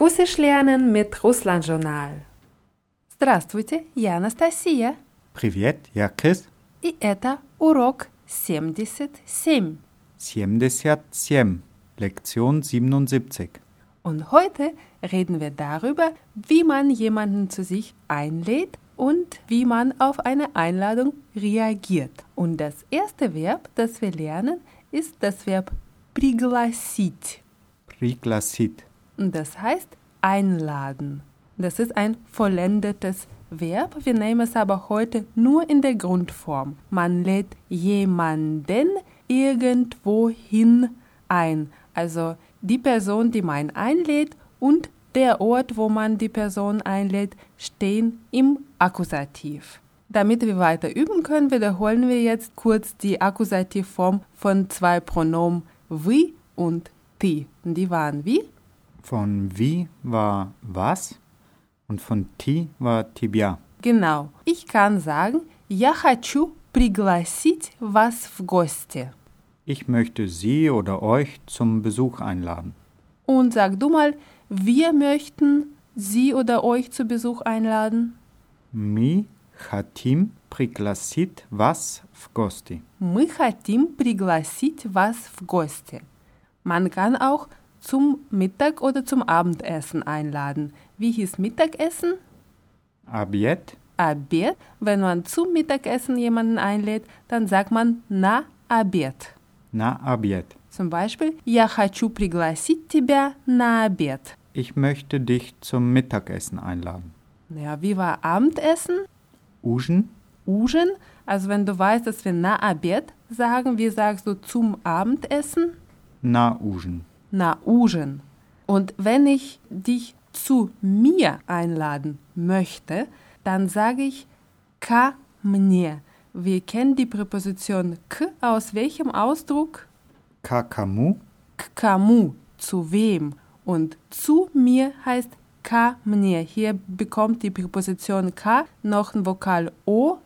Russisch lernen mit Russland Journal. Здравствуйте, я Анастасия, Привет, я Крис. и это урок 77. 77, Lektion 77. Und heute reden wir darüber, wie man jemanden zu sich einlädt und wie man auf eine Einladung reagiert. Und das erste Verb, das wir lernen, ist das Verb пригласить. Priglasit. Und das heißt einladen. Das ist ein vollendetes Verb, wir nehmen es aber heute nur in der Grundform. Man lädt jemanden irgendwohin ein. Also die Person, die man einlädt und der Ort, wo man die Person einlädt, stehen im Akkusativ. Damit wir weiter üben können, wiederholen wir jetzt kurz die Akkusativform von zwei Pronomen wie und ti. Und Die waren wie? Von wie war was und von ti war tibia. Genau. Ich kann sagen, я хочу пригласить вас в гости. Ich möchte Sie oder euch zum Besuch einladen. Und sag du mal, wir möchten Sie oder euch zu Besuch einladen. Mi hatim priglasit vas v gosti. Мы хотим пригласить вас в гости. Man kann auch zum Mittag oder zum Abendessen einladen. Wie hieß Mittagessen? Abjet Обед. Wenn man zum Mittagessen jemanden einlädt, dann sagt man на обед. na abjet. Zum Beispiel, я хочу пригласить тебя на обед. Ich möchte dich zum Mittagessen einladen. Naja, wie war Abendessen? Uschen Ужин. Also wenn du weißt, dass wir на обед sagen, wie sagst du zum Abendessen? na uschen. На ужин. Und wenn ich dich zu mir einladen möchte, dann sage ich ко мне. Wir kennen die Präposition к aus welchem Ausdruck? Kakamu к кому, zu wem. Und zu mir heißt ka мне. Hier bekommt die Präposition ka noch ein Vokal o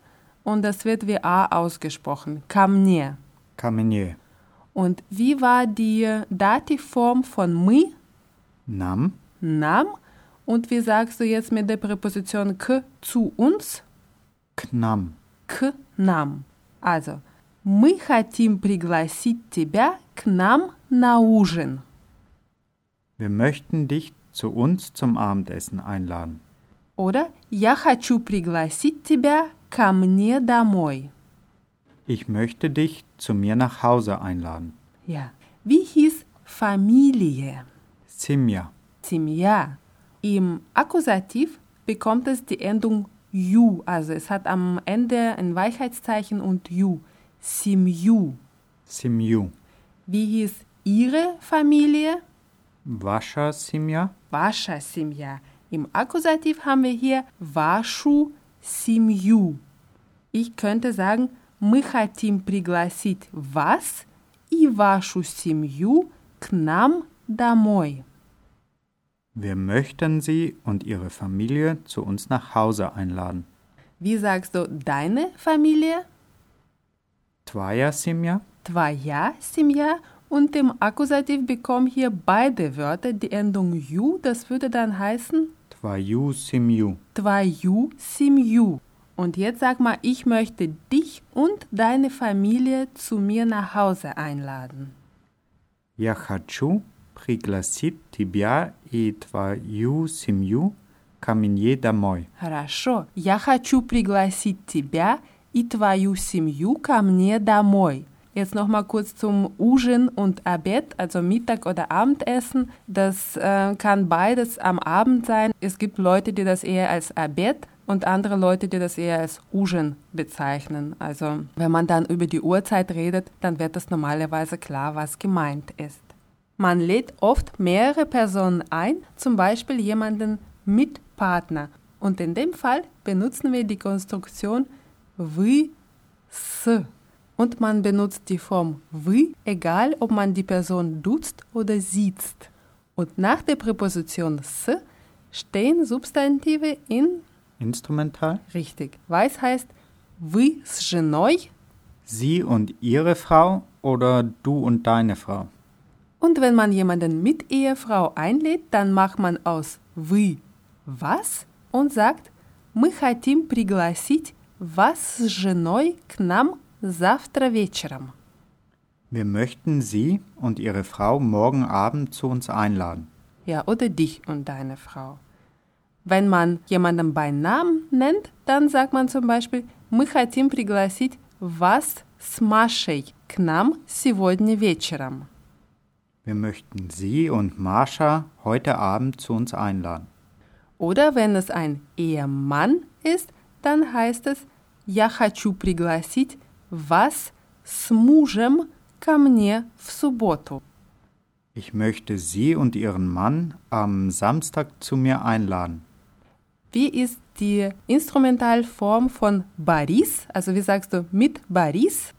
und das wird wie a ausgesprochen. Ka мне. kamenje. Und wie war die Dativform von мы? Nam Нам. Und wie sagst du jetzt mit der Präposition к zu uns? knam. К нам. Also, мы хотим пригласить тебя к нам на ужин. Wir möchten dich zu uns zum Abendessen einladen. Oder я хочу пригласить тебя ко мне домой. Ich möchte dich zu mir nach Hause einladen. Ja. Wie hieß Familie? Simja, Семья. Im Akkusativ bekommt es die Endung ju, also es hat am Ende ein Weichheitszeichen und ju. Семью. Simju. Wie hieß Ihre Familie? Wascha Simja, Ваша семья. Im Akkusativ haben wir hier вашу семью. Ich könnte sagen, мы хотим пригласить вас и вашу семью к нам домой. wir möchten sie und ihre Familie zu uns nach Hause einladen. Wie sagst du deine Familie? Twaja Simja, Твоя семья. Und im Akkusativ bekommen hier beide Wörter die Endung ju. Das würde dann heißen Twaju Simju. твою семью. Und jetzt sag mal, ich möchte dich und deine Familie zu mir nach Hause einladen. Я хочу пригласить тебя и твою семью ко мне домой. Хорошо, я хочу пригласить тебя и твою семью ко мне домой. Jetzt nochmal kurz zum Uschen und Abend, also Mittag oder Abendessen. Das äh, kann beides am Abend sein. Es gibt Leute, die das eher als Abend und andere Leute, die das eher als Uschen bezeichnen. Also wenn man dann über die Uhrzeit redet, dann wird das normalerweise klar, was gemeint ist. Man lädt oft mehrere Personen ein, zum Beispiel jemanden mit Partner. Und in dem Fall benutzen wir die Konstruktion wie s. Und man benutzt die Form wie, egal ob man die Person duzt oder sieht. Und nach der Präposition s stehen Substantive in Instrumental? richtig. Weiß heißt вы с женой Sie und ihre Frau oder du und deine Frau? Und wenn man jemanden mit Ehefrau einlädt, dann macht man aus вы was und sagt мы хотим пригласить вас с женой к нам завтра вечером. Wir möchten Sie und Ihre Frau morgen Abend zu uns einladen. Ja, oder dich und deine Frau. Wenn man jemanden bei Namen nennt, dann sagt man zum Beispiel мы хотим пригласить вас с Машей к нам сегодня вечером. Wir möchten Sie und Marsha heute Abend zu uns einladen. Oder wenn es ein Ehemann ist, dann heißt es «Я хочу пригласить вас с мужем ко мне в субботу». Ich möchte Sie und Ihren Mann am Samstag zu mir einladen. Wie ist die Instrumentalform von Boris? Also wie sagst du mit Boris?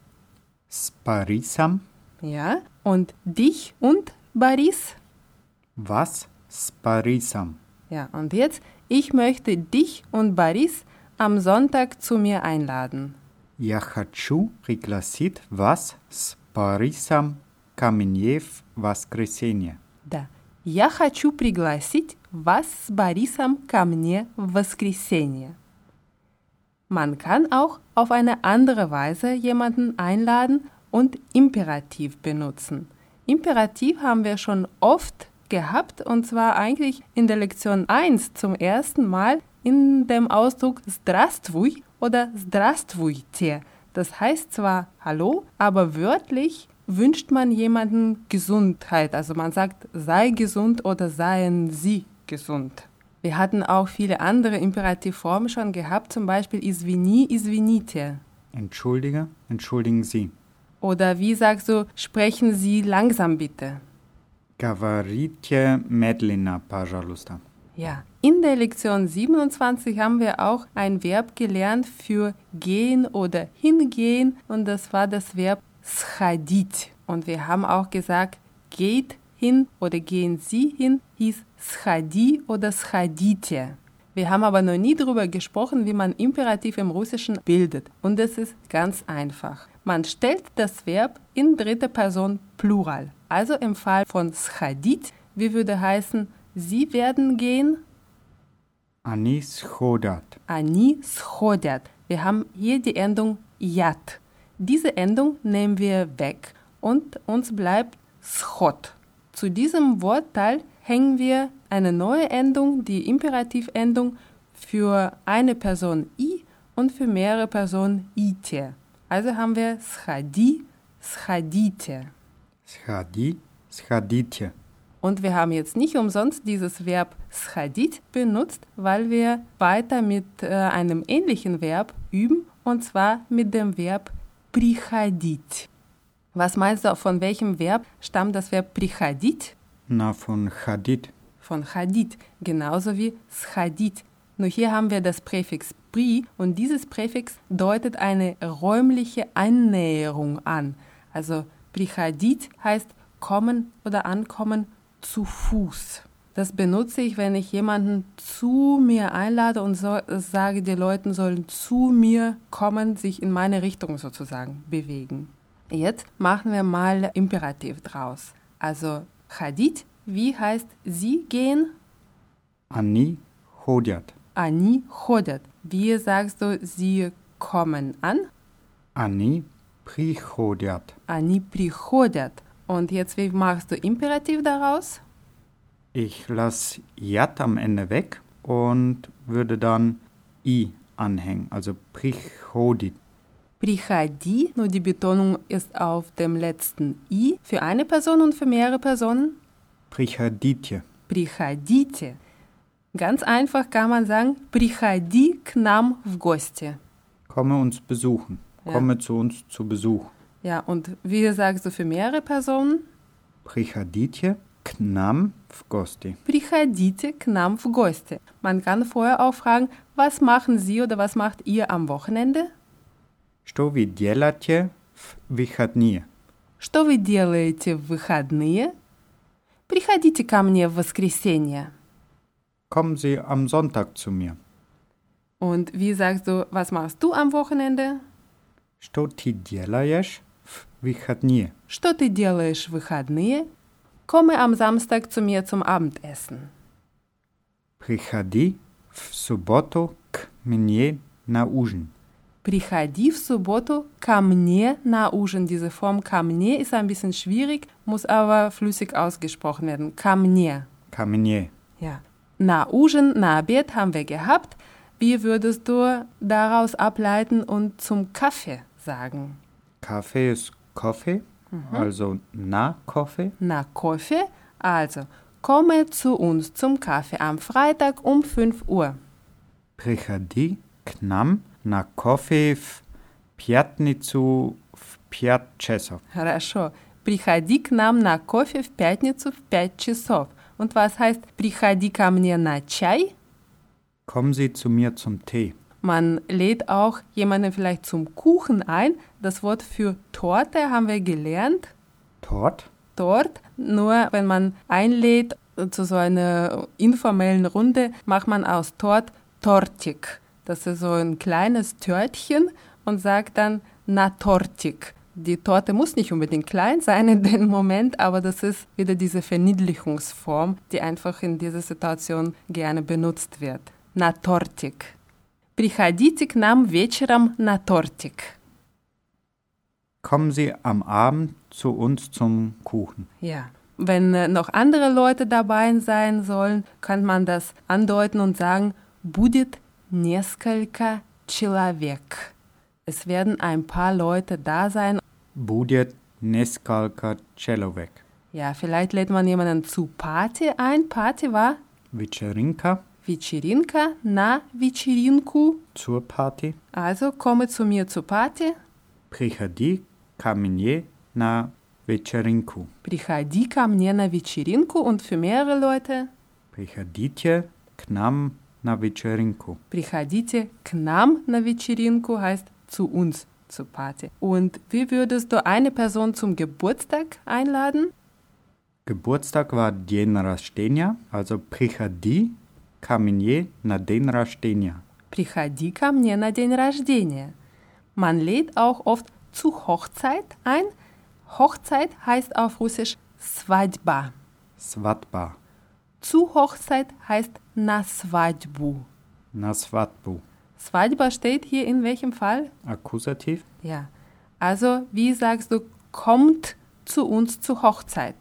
Sparisam? Ja. Und dich und Boris? Was? Sparisam. Ja. Und jetzt, ich möchte dich und Boris am Sonntag zu mir einladen. Я хочу пригласить вас с Борисом ко мне в воскресенье. Да. Я хочу пригласить вас с Борисом ко мне в воскресенье. Man kann auch auf eine andere Weise jemanden einladen und Imperativ benutzen. Imperativ haben wir schon oft gehabt und zwar eigentlich in der Lektion 1 zum ersten Mal in dem Ausdruck Здравствуй oder Здравствуйте. Das heißt zwar Hallo, aber wörtlich wünscht man jemanden Gesundheit. Also man sagt, sei gesund oder seien Sie gesund. Wir hatten auch viele andere Imperativformen schon gehabt, zum Beispiel Извини, извините. Entschuldige, entschuldigen Sie. Oder wie sagst du, sprechen Sie langsam bitte. Говорите медленно, пожалуйста. Ja, in der Lektion 27 haben wir auch ein Verb gelernt für gehen oder hingehen und das war das Verb сходить. Und wir haben auch gesagt, geht hin oder gehen Sie hin, hieß сходи oder сходите. Wir haben aber noch nie darüber gesprochen, wie man Imperativ im Russischen bildet. Und es ist ganz einfach. Man stellt das Verb in dritte Person Plural. Also im Fall von сходить, wie würde heißen, Sie werden gehen, Они сходят. они сходят. Wir haben hier die Endung jat. Diese Endung nehmen wir weg und uns bleibt schot. Zu diesem Wortteil hängen wir eine neue Endung, die Imperativendung für eine Person i und für mehrere Personen ite. Also haben wir schadi, schadite. Сходи, сходите. Und wir haben jetzt nicht umsonst dieses Verb schodit benutzt, weil wir weiter mit äh, einem ähnlichen Verb üben, und zwar mit dem Verb приходить. Was meinst du, von welchem Verb stammt das Verb приходить? Na von ходить. Von ходить, genauso wie schodit. Nur hier haben wir das Präfix pri und dieses Präfix deutet eine räumliche Annäherung an. Also приходить heißt kommen oder ankommen zu Fuß. Das benutze ich, wenn ich jemanden zu mir einlade und so, sage, die Leuten sollen zu mir kommen, sich in meine Richtung sozusagen bewegen. Jetzt machen wir mal Imperativ draus. Also ходить, wie heißt sie gehen? Они ходят. Они ходят. Wie sagst du, sie kommen an? Они приходят. Они приходят. Und jetzt, wie machst du Imperativ daraus? Ich lasse jat am Ende weg und würde dann i anhängen, also приходит. Приходи, nur die Betonung ist auf dem letzten i für eine Person und für mehrere Personen. Приходите. Приходите. Ganz einfach kann man sagen, приходи к нам в гости. Komme uns besuchen. Ja. Komme zu uns zu Besuch. Ja, und wie sagst du für mehrere Personen? Приходите к нам в гости. Приходите к нам в гости. Man kann vorher auch fragen, was machen Sie oder was macht ihr am Wochenende? Что вы делаете в выходные? Что вы делаете в выходные? Приходите ко мне в воскресенье. Kommen Sie am Sonntag zu mir. Und wie sagst du, was machst du am Wochenende? Что ты делаешь в выходные? Что ты делаешь в выходные? Komme am Samstag zu mir zum Abendessen. Приходи в субботу к мне на ужин. Приходи в субботу ко мне на ужин. Diese Form ко мне ist ein bisschen schwierig, muss aber flüssig ausgesprochen werden. Ко мне. Ко мне. Ja. Na Uschen, na Biet haben wir gehabt. Wie würdest du daraus ableiten und zum Kaffee sagen? Kaffee ist Kaffee, also na Kaffee. Na Kaffee? Also, komme zu uns zum Kaffee am Freitag um 5 Uhr. Приходи к нам на кофе в пятницу в пять часов. Хорошо. Приходи к нам на кофе в пятницу в 5 часов. Und was heißt приходи ко мне на чай? Kommen Sie zu mir zum Tee. Man lädt auch jemanden vielleicht zum Kuchen ein. Das Wort für Torte haben wir gelernt. Dort? Dort, nur wenn man einlädt äh, zu so einer informellen Runde, macht man aus Tort Tortik. Das ist so ein kleines Törtchen und sagt dann na Tortik. Die Torte muss nicht unbedingt klein sein in dem Moment, aber das ist wieder diese Verniedlichungsform, die einfach in dieser Situation gerne benutzt wird. Na Tortik. Приходите к нам вечером на тортик. Kommen Sie am Abend zu uns zum Kuchen. Ja. Wenn äh, noch andere Leute dabei sein sollen, kann man das andeuten und sagen, будет несколько человек. Es werden ein paar Leute da sein. Будет несколько человек. Ja, vielleicht lädt man jemanden zu Party ein. Party war Вечеринка вечеринка на вечеринку. zur Party. Also komme zu mir zur Party. Приходи ко мне на вечеринку. Приходи ко мне на вечеринку und für mehrere Leute. Приходите к нам на вечеринку. Приходите к нам на вечеринку heißt zu uns zur Party. Und wie würdest du eine Person zum Geburtstag einladen? Geburtstag war день рождения, also приходи ко мне на день рождения. Приходи ко мне на день рождения. Man lädt auch oft zu Hochzeit ein. Hochzeit heißt auf Russisch Svadba. Свадьба. Zu Hochzeit heißt на свадьбу. На свадьбу. Свадьба steht hier in welchem Fall? Akkusativ. Ja. Also, wie sagst du, kommt zu uns zur Hochzeit?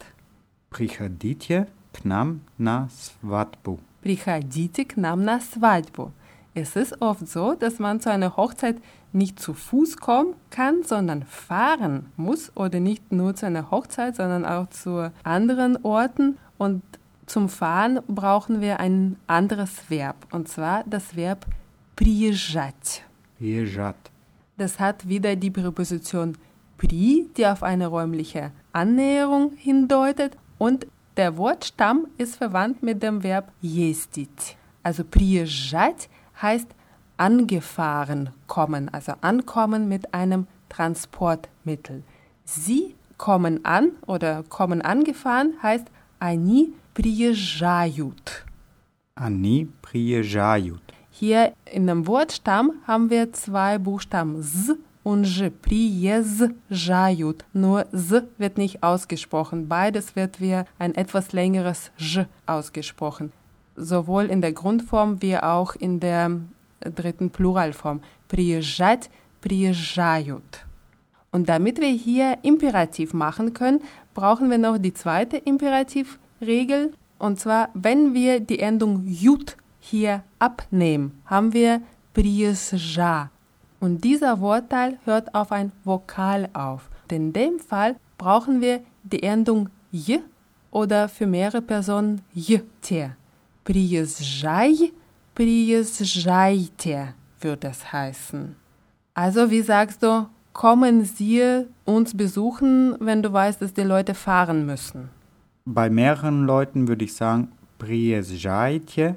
Приходите к нам на свадьбу. Приходите к нам на свадьбу. Es ist oft so, dass man zu einer Hochzeit nicht zu Fuß kommen kann, sondern fahren muss oder nicht nur zu einer Hochzeit, sondern auch zu anderen Orten. Und zum Fahren brauchen wir ein anderes Verb, und zwar das Verb приезжать. Езжат. Das hat wieder die Präposition pri, die auf eine räumliche Annäherung hindeutet. Und der Wortstamm ist verwandt mit dem Verb jezdit. Also приезжать heißt angefahren kommen, also ankommen mit einem Transportmittel. Sie kommen an oder kommen angefahren heißt они приезжают. Они приезжают. Hier in dem Wortstamm haben wir zwei Buchstaben s und j. Приезжают. Nur s wird nicht ausgesprochen. Beides wird wie ein etwas längeres j ausgesprochen. Sowohl in der Grundform wie auch in der äh, dritten Pluralform. Приезжать, приезжают. Und damit wir hier Imperativ machen können, brauchen wir noch die zweite Imperativregel. Und zwar, wenn wir die Endung jut hier abnehmen, haben wir приезжа. Und dieser Wortteil hört auf ein Vokal auf. In dem Fall brauchen wir die Endung j oder für mehrere Personen jt. Приезжай, приезжайте würde es heißen. Also, wie sagst du, kommen Sie uns besuchen, wenn du weißt, dass die Leute fahren müssen? Bei mehreren Leuten würde ich sagen, приезжайте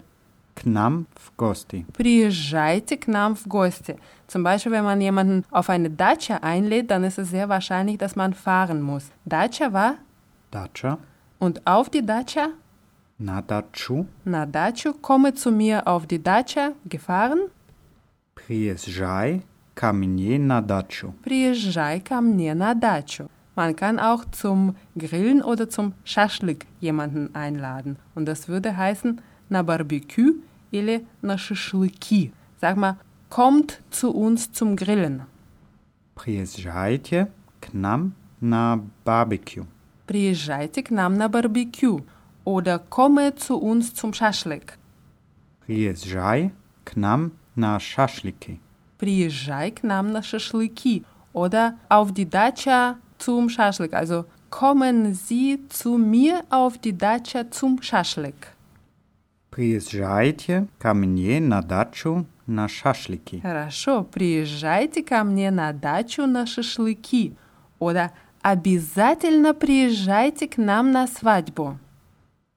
к нам в гости. Приезжайте к нам в гости. Zum Beispiel, wenn man jemanden auf eine Dacia einlädt, dann ist es sehr wahrscheinlich, dass man fahren muss. Dacia war Дача. und auf die Dacia, На дачу na Daciu, komme zu mir auf die Dacia, gefahren. приезжай ко мне на дачу. Приезжай ко мне на дачу. Man kann auch zum Grillen oder zum Schaschlik jemanden einladen. Und das würde heißen na barbecue или на шашлыки. Sag mal, kommt zu uns zum Grillen. Приезжайте к нам на барбекю. Приезжайте к нам на барбекю. Oder komme zu uns zum Schaschlik. Приезжай к нам на шашлики. Приезжай к нам на шашлыки. Oder auf die Dacia zum Schaschlik. Also kommen Sie zu mir auf die Dacia zum Schaschlik. Приезжайте ко мне на дачу на шашлики. Хорошо, приезжайте ко мне на дачу на шашлыки. Oder обязательно приезжайте к нам на свадьбу.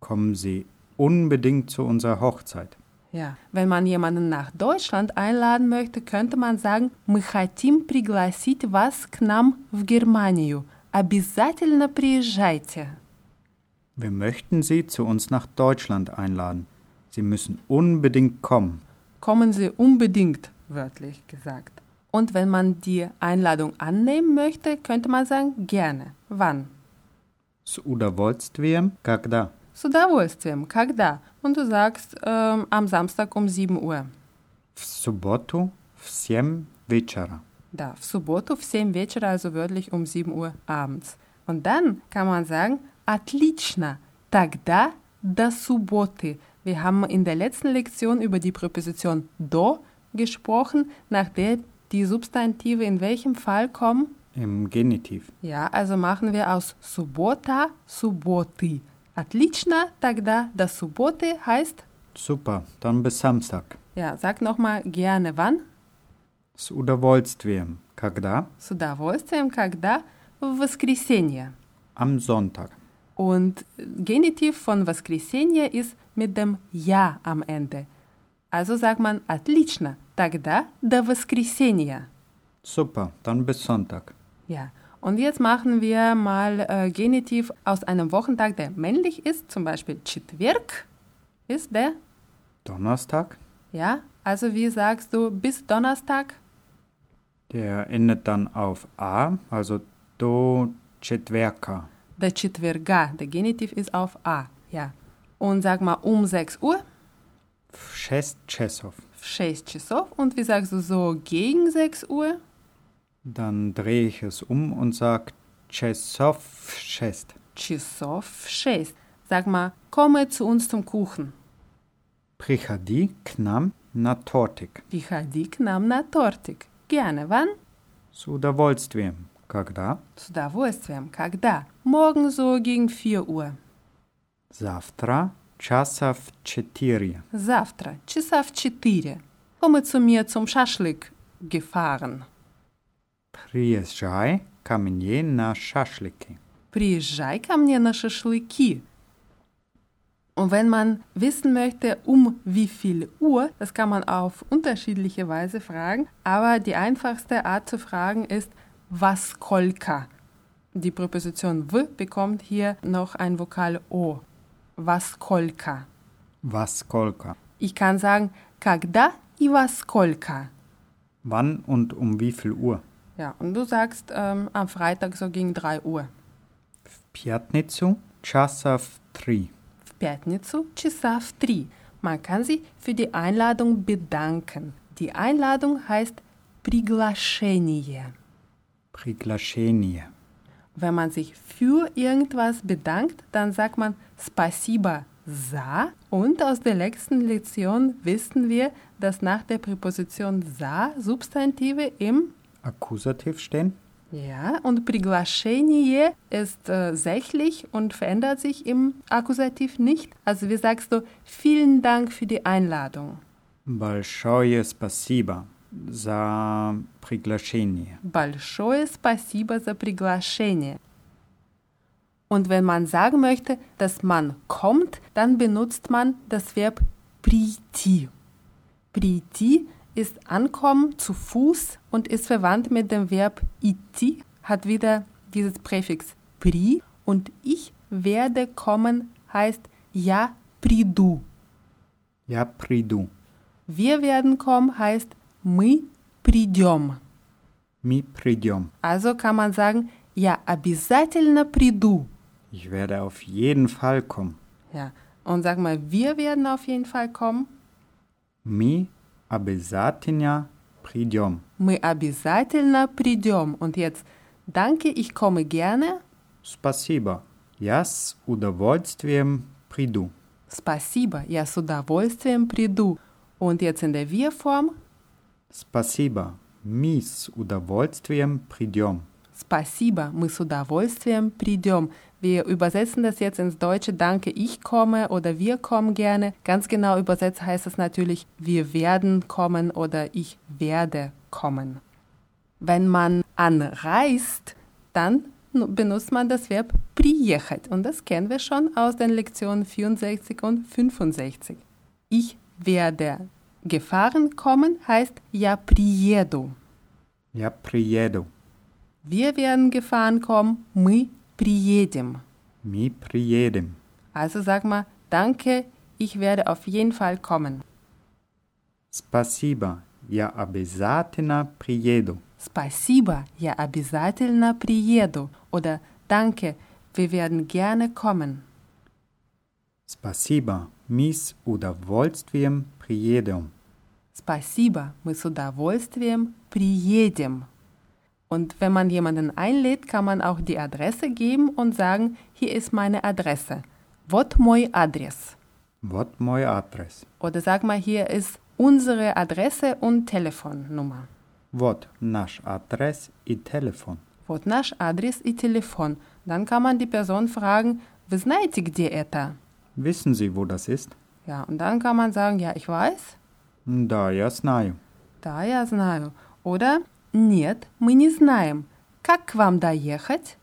Kommen Sie unbedingt zu unserer Hochzeit. Ja. Wenn man jemanden nach Deutschland einladen möchte, könnte man sagen, мы хотим пригласить вас к нам в Германию. Обязательно приезжайте. Wir möchten Sie zu uns nach Deutschland einladen. Sie müssen unbedingt kommen. Kommen Sie unbedingt, wörtlich gesagt. Und wenn man die Einladung annehmen möchte, könnte man sagen, gerne. Wann? С удовольствием, когда? С удовольствием. Когда? Und du sagst, ähm, am Samstag um 7 Uhr. В субботу в семь вечера. Da, в субботу в 7 вечера, also wörtlich um 7 Uhr abends. Und dann kann man sagen, отлично, тогда до субботы. Wir haben in der letzten Lektion über die Präposition do gesprochen, nach der die Substantive in welchem Fall kommen? Im Genitiv. Ja, also machen wir aus суббота субботы. Отлично, тогда до субботы heißt, Super, dann bis Samstag. ja, sag nochmal gerne wann, С удовольствием, когда? с удовольствием, когда, в воскресенье. Am Sonntag. Und Genitiv von воскресенье ist mit dem ja am Ende. Also sagt man отлично, тогда до воскресенья. Super, dann bis Sonntag. Ja, und jetzt machen wir mal äh, Genitiv aus einem Wochentag, der männlich ist, zum Beispiel четверг ist der, Donnerstag, ja. Also wie sagst du bis Donnerstag? der endet dann auf A, also do четверка. До четверга, der Genitiv ist auf a, ja. Und sag mal um 6 Uhr, В шесть часов. в 6 часов, und wie sagst du so gegen 6 Uhr? Dann drehe ich es um und sage часов в шесть. часов в шесть. Sag mal, komme zu uns zum Kuchen. Приходи к нам на тортик. Приходи к нам на тортик. Gerne, wann? С удовольствием, когда? С удовольствием, когда? Morgen so gegen 4 Uhr. Завтра часа в четыре. Завтра, часа в 4. Komme zu mir zum Schaschlik. Gefahren. Приезжай ко мне на шашлыки. Приезжай ко мне на шашлыки. Und wenn man wissen möchte, um wie viel Uhr, das kann man auf unterschiedliche Weise fragen, aber die einfachste Art zu fragen ist was kolka. Die Präposition w bekommt hier noch ein Vokal o. Was kolka. Во сколько? Ich kann sagen когда и во сколько. Wann und um wie viel Uhr? Ja, und du sagst ähm, am Freitag so gegen 3 Uhr. В пятницу часа в три. В пятницу часа в три. Man kann sie für die Einladung bedanken. Die Einladung heißt Приглашение. Приглашение. Wenn man sich für irgendwas bedankt, dann sagt man Спасибо за. Und aus der letzten Lektion wissen wir, dass nach der Präposition за Substantive im Akkusativ stehen. ja und Приглашение ist äh, sächlich und verändert sich im Akkusativ nicht. Also wie sagst du vielen Dank für die Einladung. Большое спасибо за приглашение. Большое спасибо за приглашение. Und wenn man sagen möchte, dass man kommt, dann benutzt man das Verb прийти. Прийти ist ankommen zu Fuß und ist verwandt mit dem Verb идти, hat wieder dieses Präfix pri und ich werde kommen heißt я приду. Я приду. Wir werden kommen heißt мы придем. Мы придем. Also kann man sagen, Я обязательно приду. Ich werde auf jeden Fall kommen. Ja, und sag mal, wir werden auf jeden Fall kommen. Mi обязательно придем. Мы обязательно придем. Und jetzt, danke, ich komme gerne. Спасибо. Я с удовольствием приду. Спасибо, я с удовольствием приду. Und jetzt in der Wir-Form. Спасибо. Mi с удовольствием придем. Спасибо, мы с удовольствием придем. Wir übersetzen das jetzt ins Deutsche, danke, ich komme oder wir kommen gerne. Ganz genau übersetzt heißt es natürlich, wir werden kommen oder ich werde kommen. Wenn man anreist, dann nu- benutzt man das Verb приехать und das kennen wir schon aus den Lektionen 64 und 65. Ich werde gefahren kommen heißt я приеду. Я приеду. Wir werden gefahren kommen, мы приедем. Mi приедем. Also sag mal, danke, ich werde auf jeden Fall kommen. Спасибо. Я обязательно приеду. Спасибо, я обязательно приеду. Oder danke, wir werden gerne kommen. Спасибо. Mi с удовольствием приеду. Спасибо, мы с удовольствием приедем. Und wenn man jemanden einlädt, kann man auch die Adresse geben und sagen, hier ist meine Adresse. Вот мой адрес. Вот мой адрес. Oder sag mal, hier ist unsere Adresse und Telefonnummer. Вот наш адрес и телефон. Вот наш адрес и телефон. Dann kann man die Person fragen, вы знаете, где это? Wissen Sie, wo das ist? Ja, und dann kann man sagen, ja, ich weiß. Да, я знаю. Да, я знаю. Oder, нет, мы не знаем. Как к вам доехать?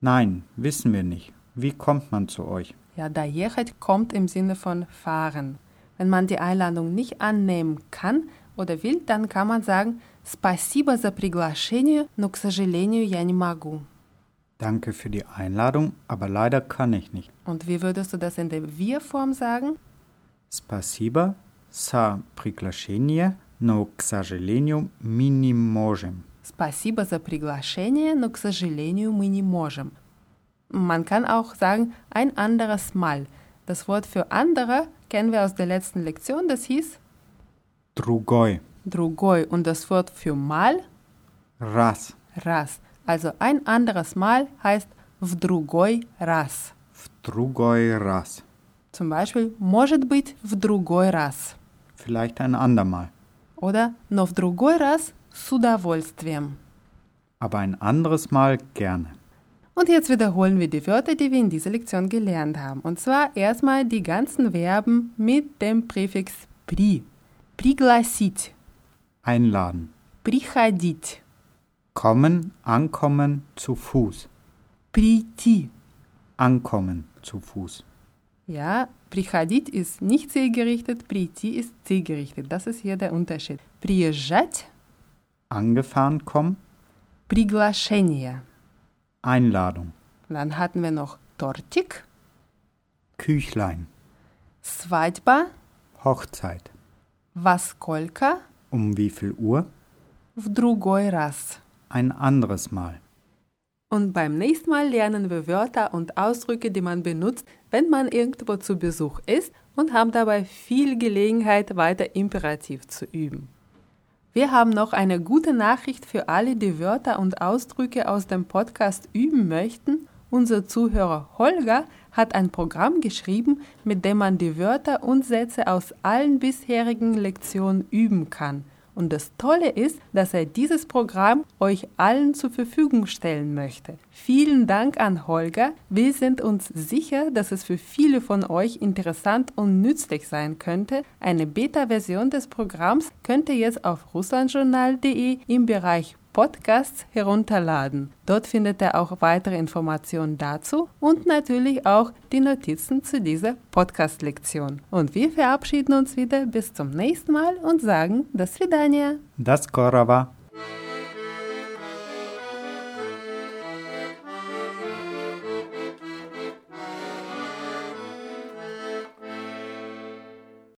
Nein, wissen wir nicht. Wie kommt man zu euch? Ja, доехать kommt im Sinne von fahren. Wenn man die Einladung nicht annehmen kann oder will, dann kann man sagen, спасибо за приглашение, но, к сожалению, я не могу. Danke für die Einladung, aber leider kann ich nicht. Und wie würdest du das in der Wir-Form sagen? Спасибо за приглашение, но, к сожалению, мы не можем. Спасибо за приглашение, но, к сожалению, мы не можем. Man kann auch sagen, ein anderes Mal. Das Wort für andere kennen wir aus der letzten Lektion, das hieß Другой другой und das Wort für Mal раз, раз. Also ein anderes Mal heißt в другой раз. в другой раз, Zum Beispiel может быть в другой раз vielleicht ein andermal. oder но в другой раз с удовольствием. Aber ein anderes Mal gerne. Und jetzt wiederholen wir die Wörter, die wir in dieser Lektion gelernt haben. Und zwar erstmal die ganzen Verben mit dem Präfix pri. Пригласить, Einladen. приходить, Kommen, ankommen, zu Fuß. прийти. Ankommen, zu Fuß. Ja, приходить ist nicht zielgerichtet, прийти ist zielgerichtet. Das ist hier der Unterschied. Приезжать, Angefahren kommen, приглашение. Einladung. Und dann hatten wir noch тортик, Küchlein. свадьба, Hochzeit. во сколько, Um wie viel Uhr? в другой раз. Ein anderes Mal. Und beim nächsten Mal lernen wir Wörter und Ausdrücke, die man benutzt, wenn man irgendwo zu Besuch ist und haben dabei viel Gelegenheit, weiter imperativ zu üben. Wir haben noch eine gute Nachricht für alle, die Wörter und Ausdrücke aus dem Podcast üben möchten. Unser Zuhörer Holger hat ein Programm geschrieben, mit dem man die Wörter und Sätze aus allen bisherigen Lektionen üben kann. Und das Tolle ist, dass er dieses Programm euch allen zur Verfügung stellen möchte. Vielen Dank an Holger. Wir sind uns sicher, dass es für viele von euch interessant und nützlich sein könnte. Eine Beta-Version des Programms könnt ihr jetzt auf russlandjournal.de im Bereich Podcasts herunterladen. Dort findet ihr auch weitere Informationen dazu und natürlich auch die Notizen zu dieser Podcast-Lektion. Und wir verabschieden uns wieder bis zum nächsten Mal und sagen, das Vidania! Das Korava.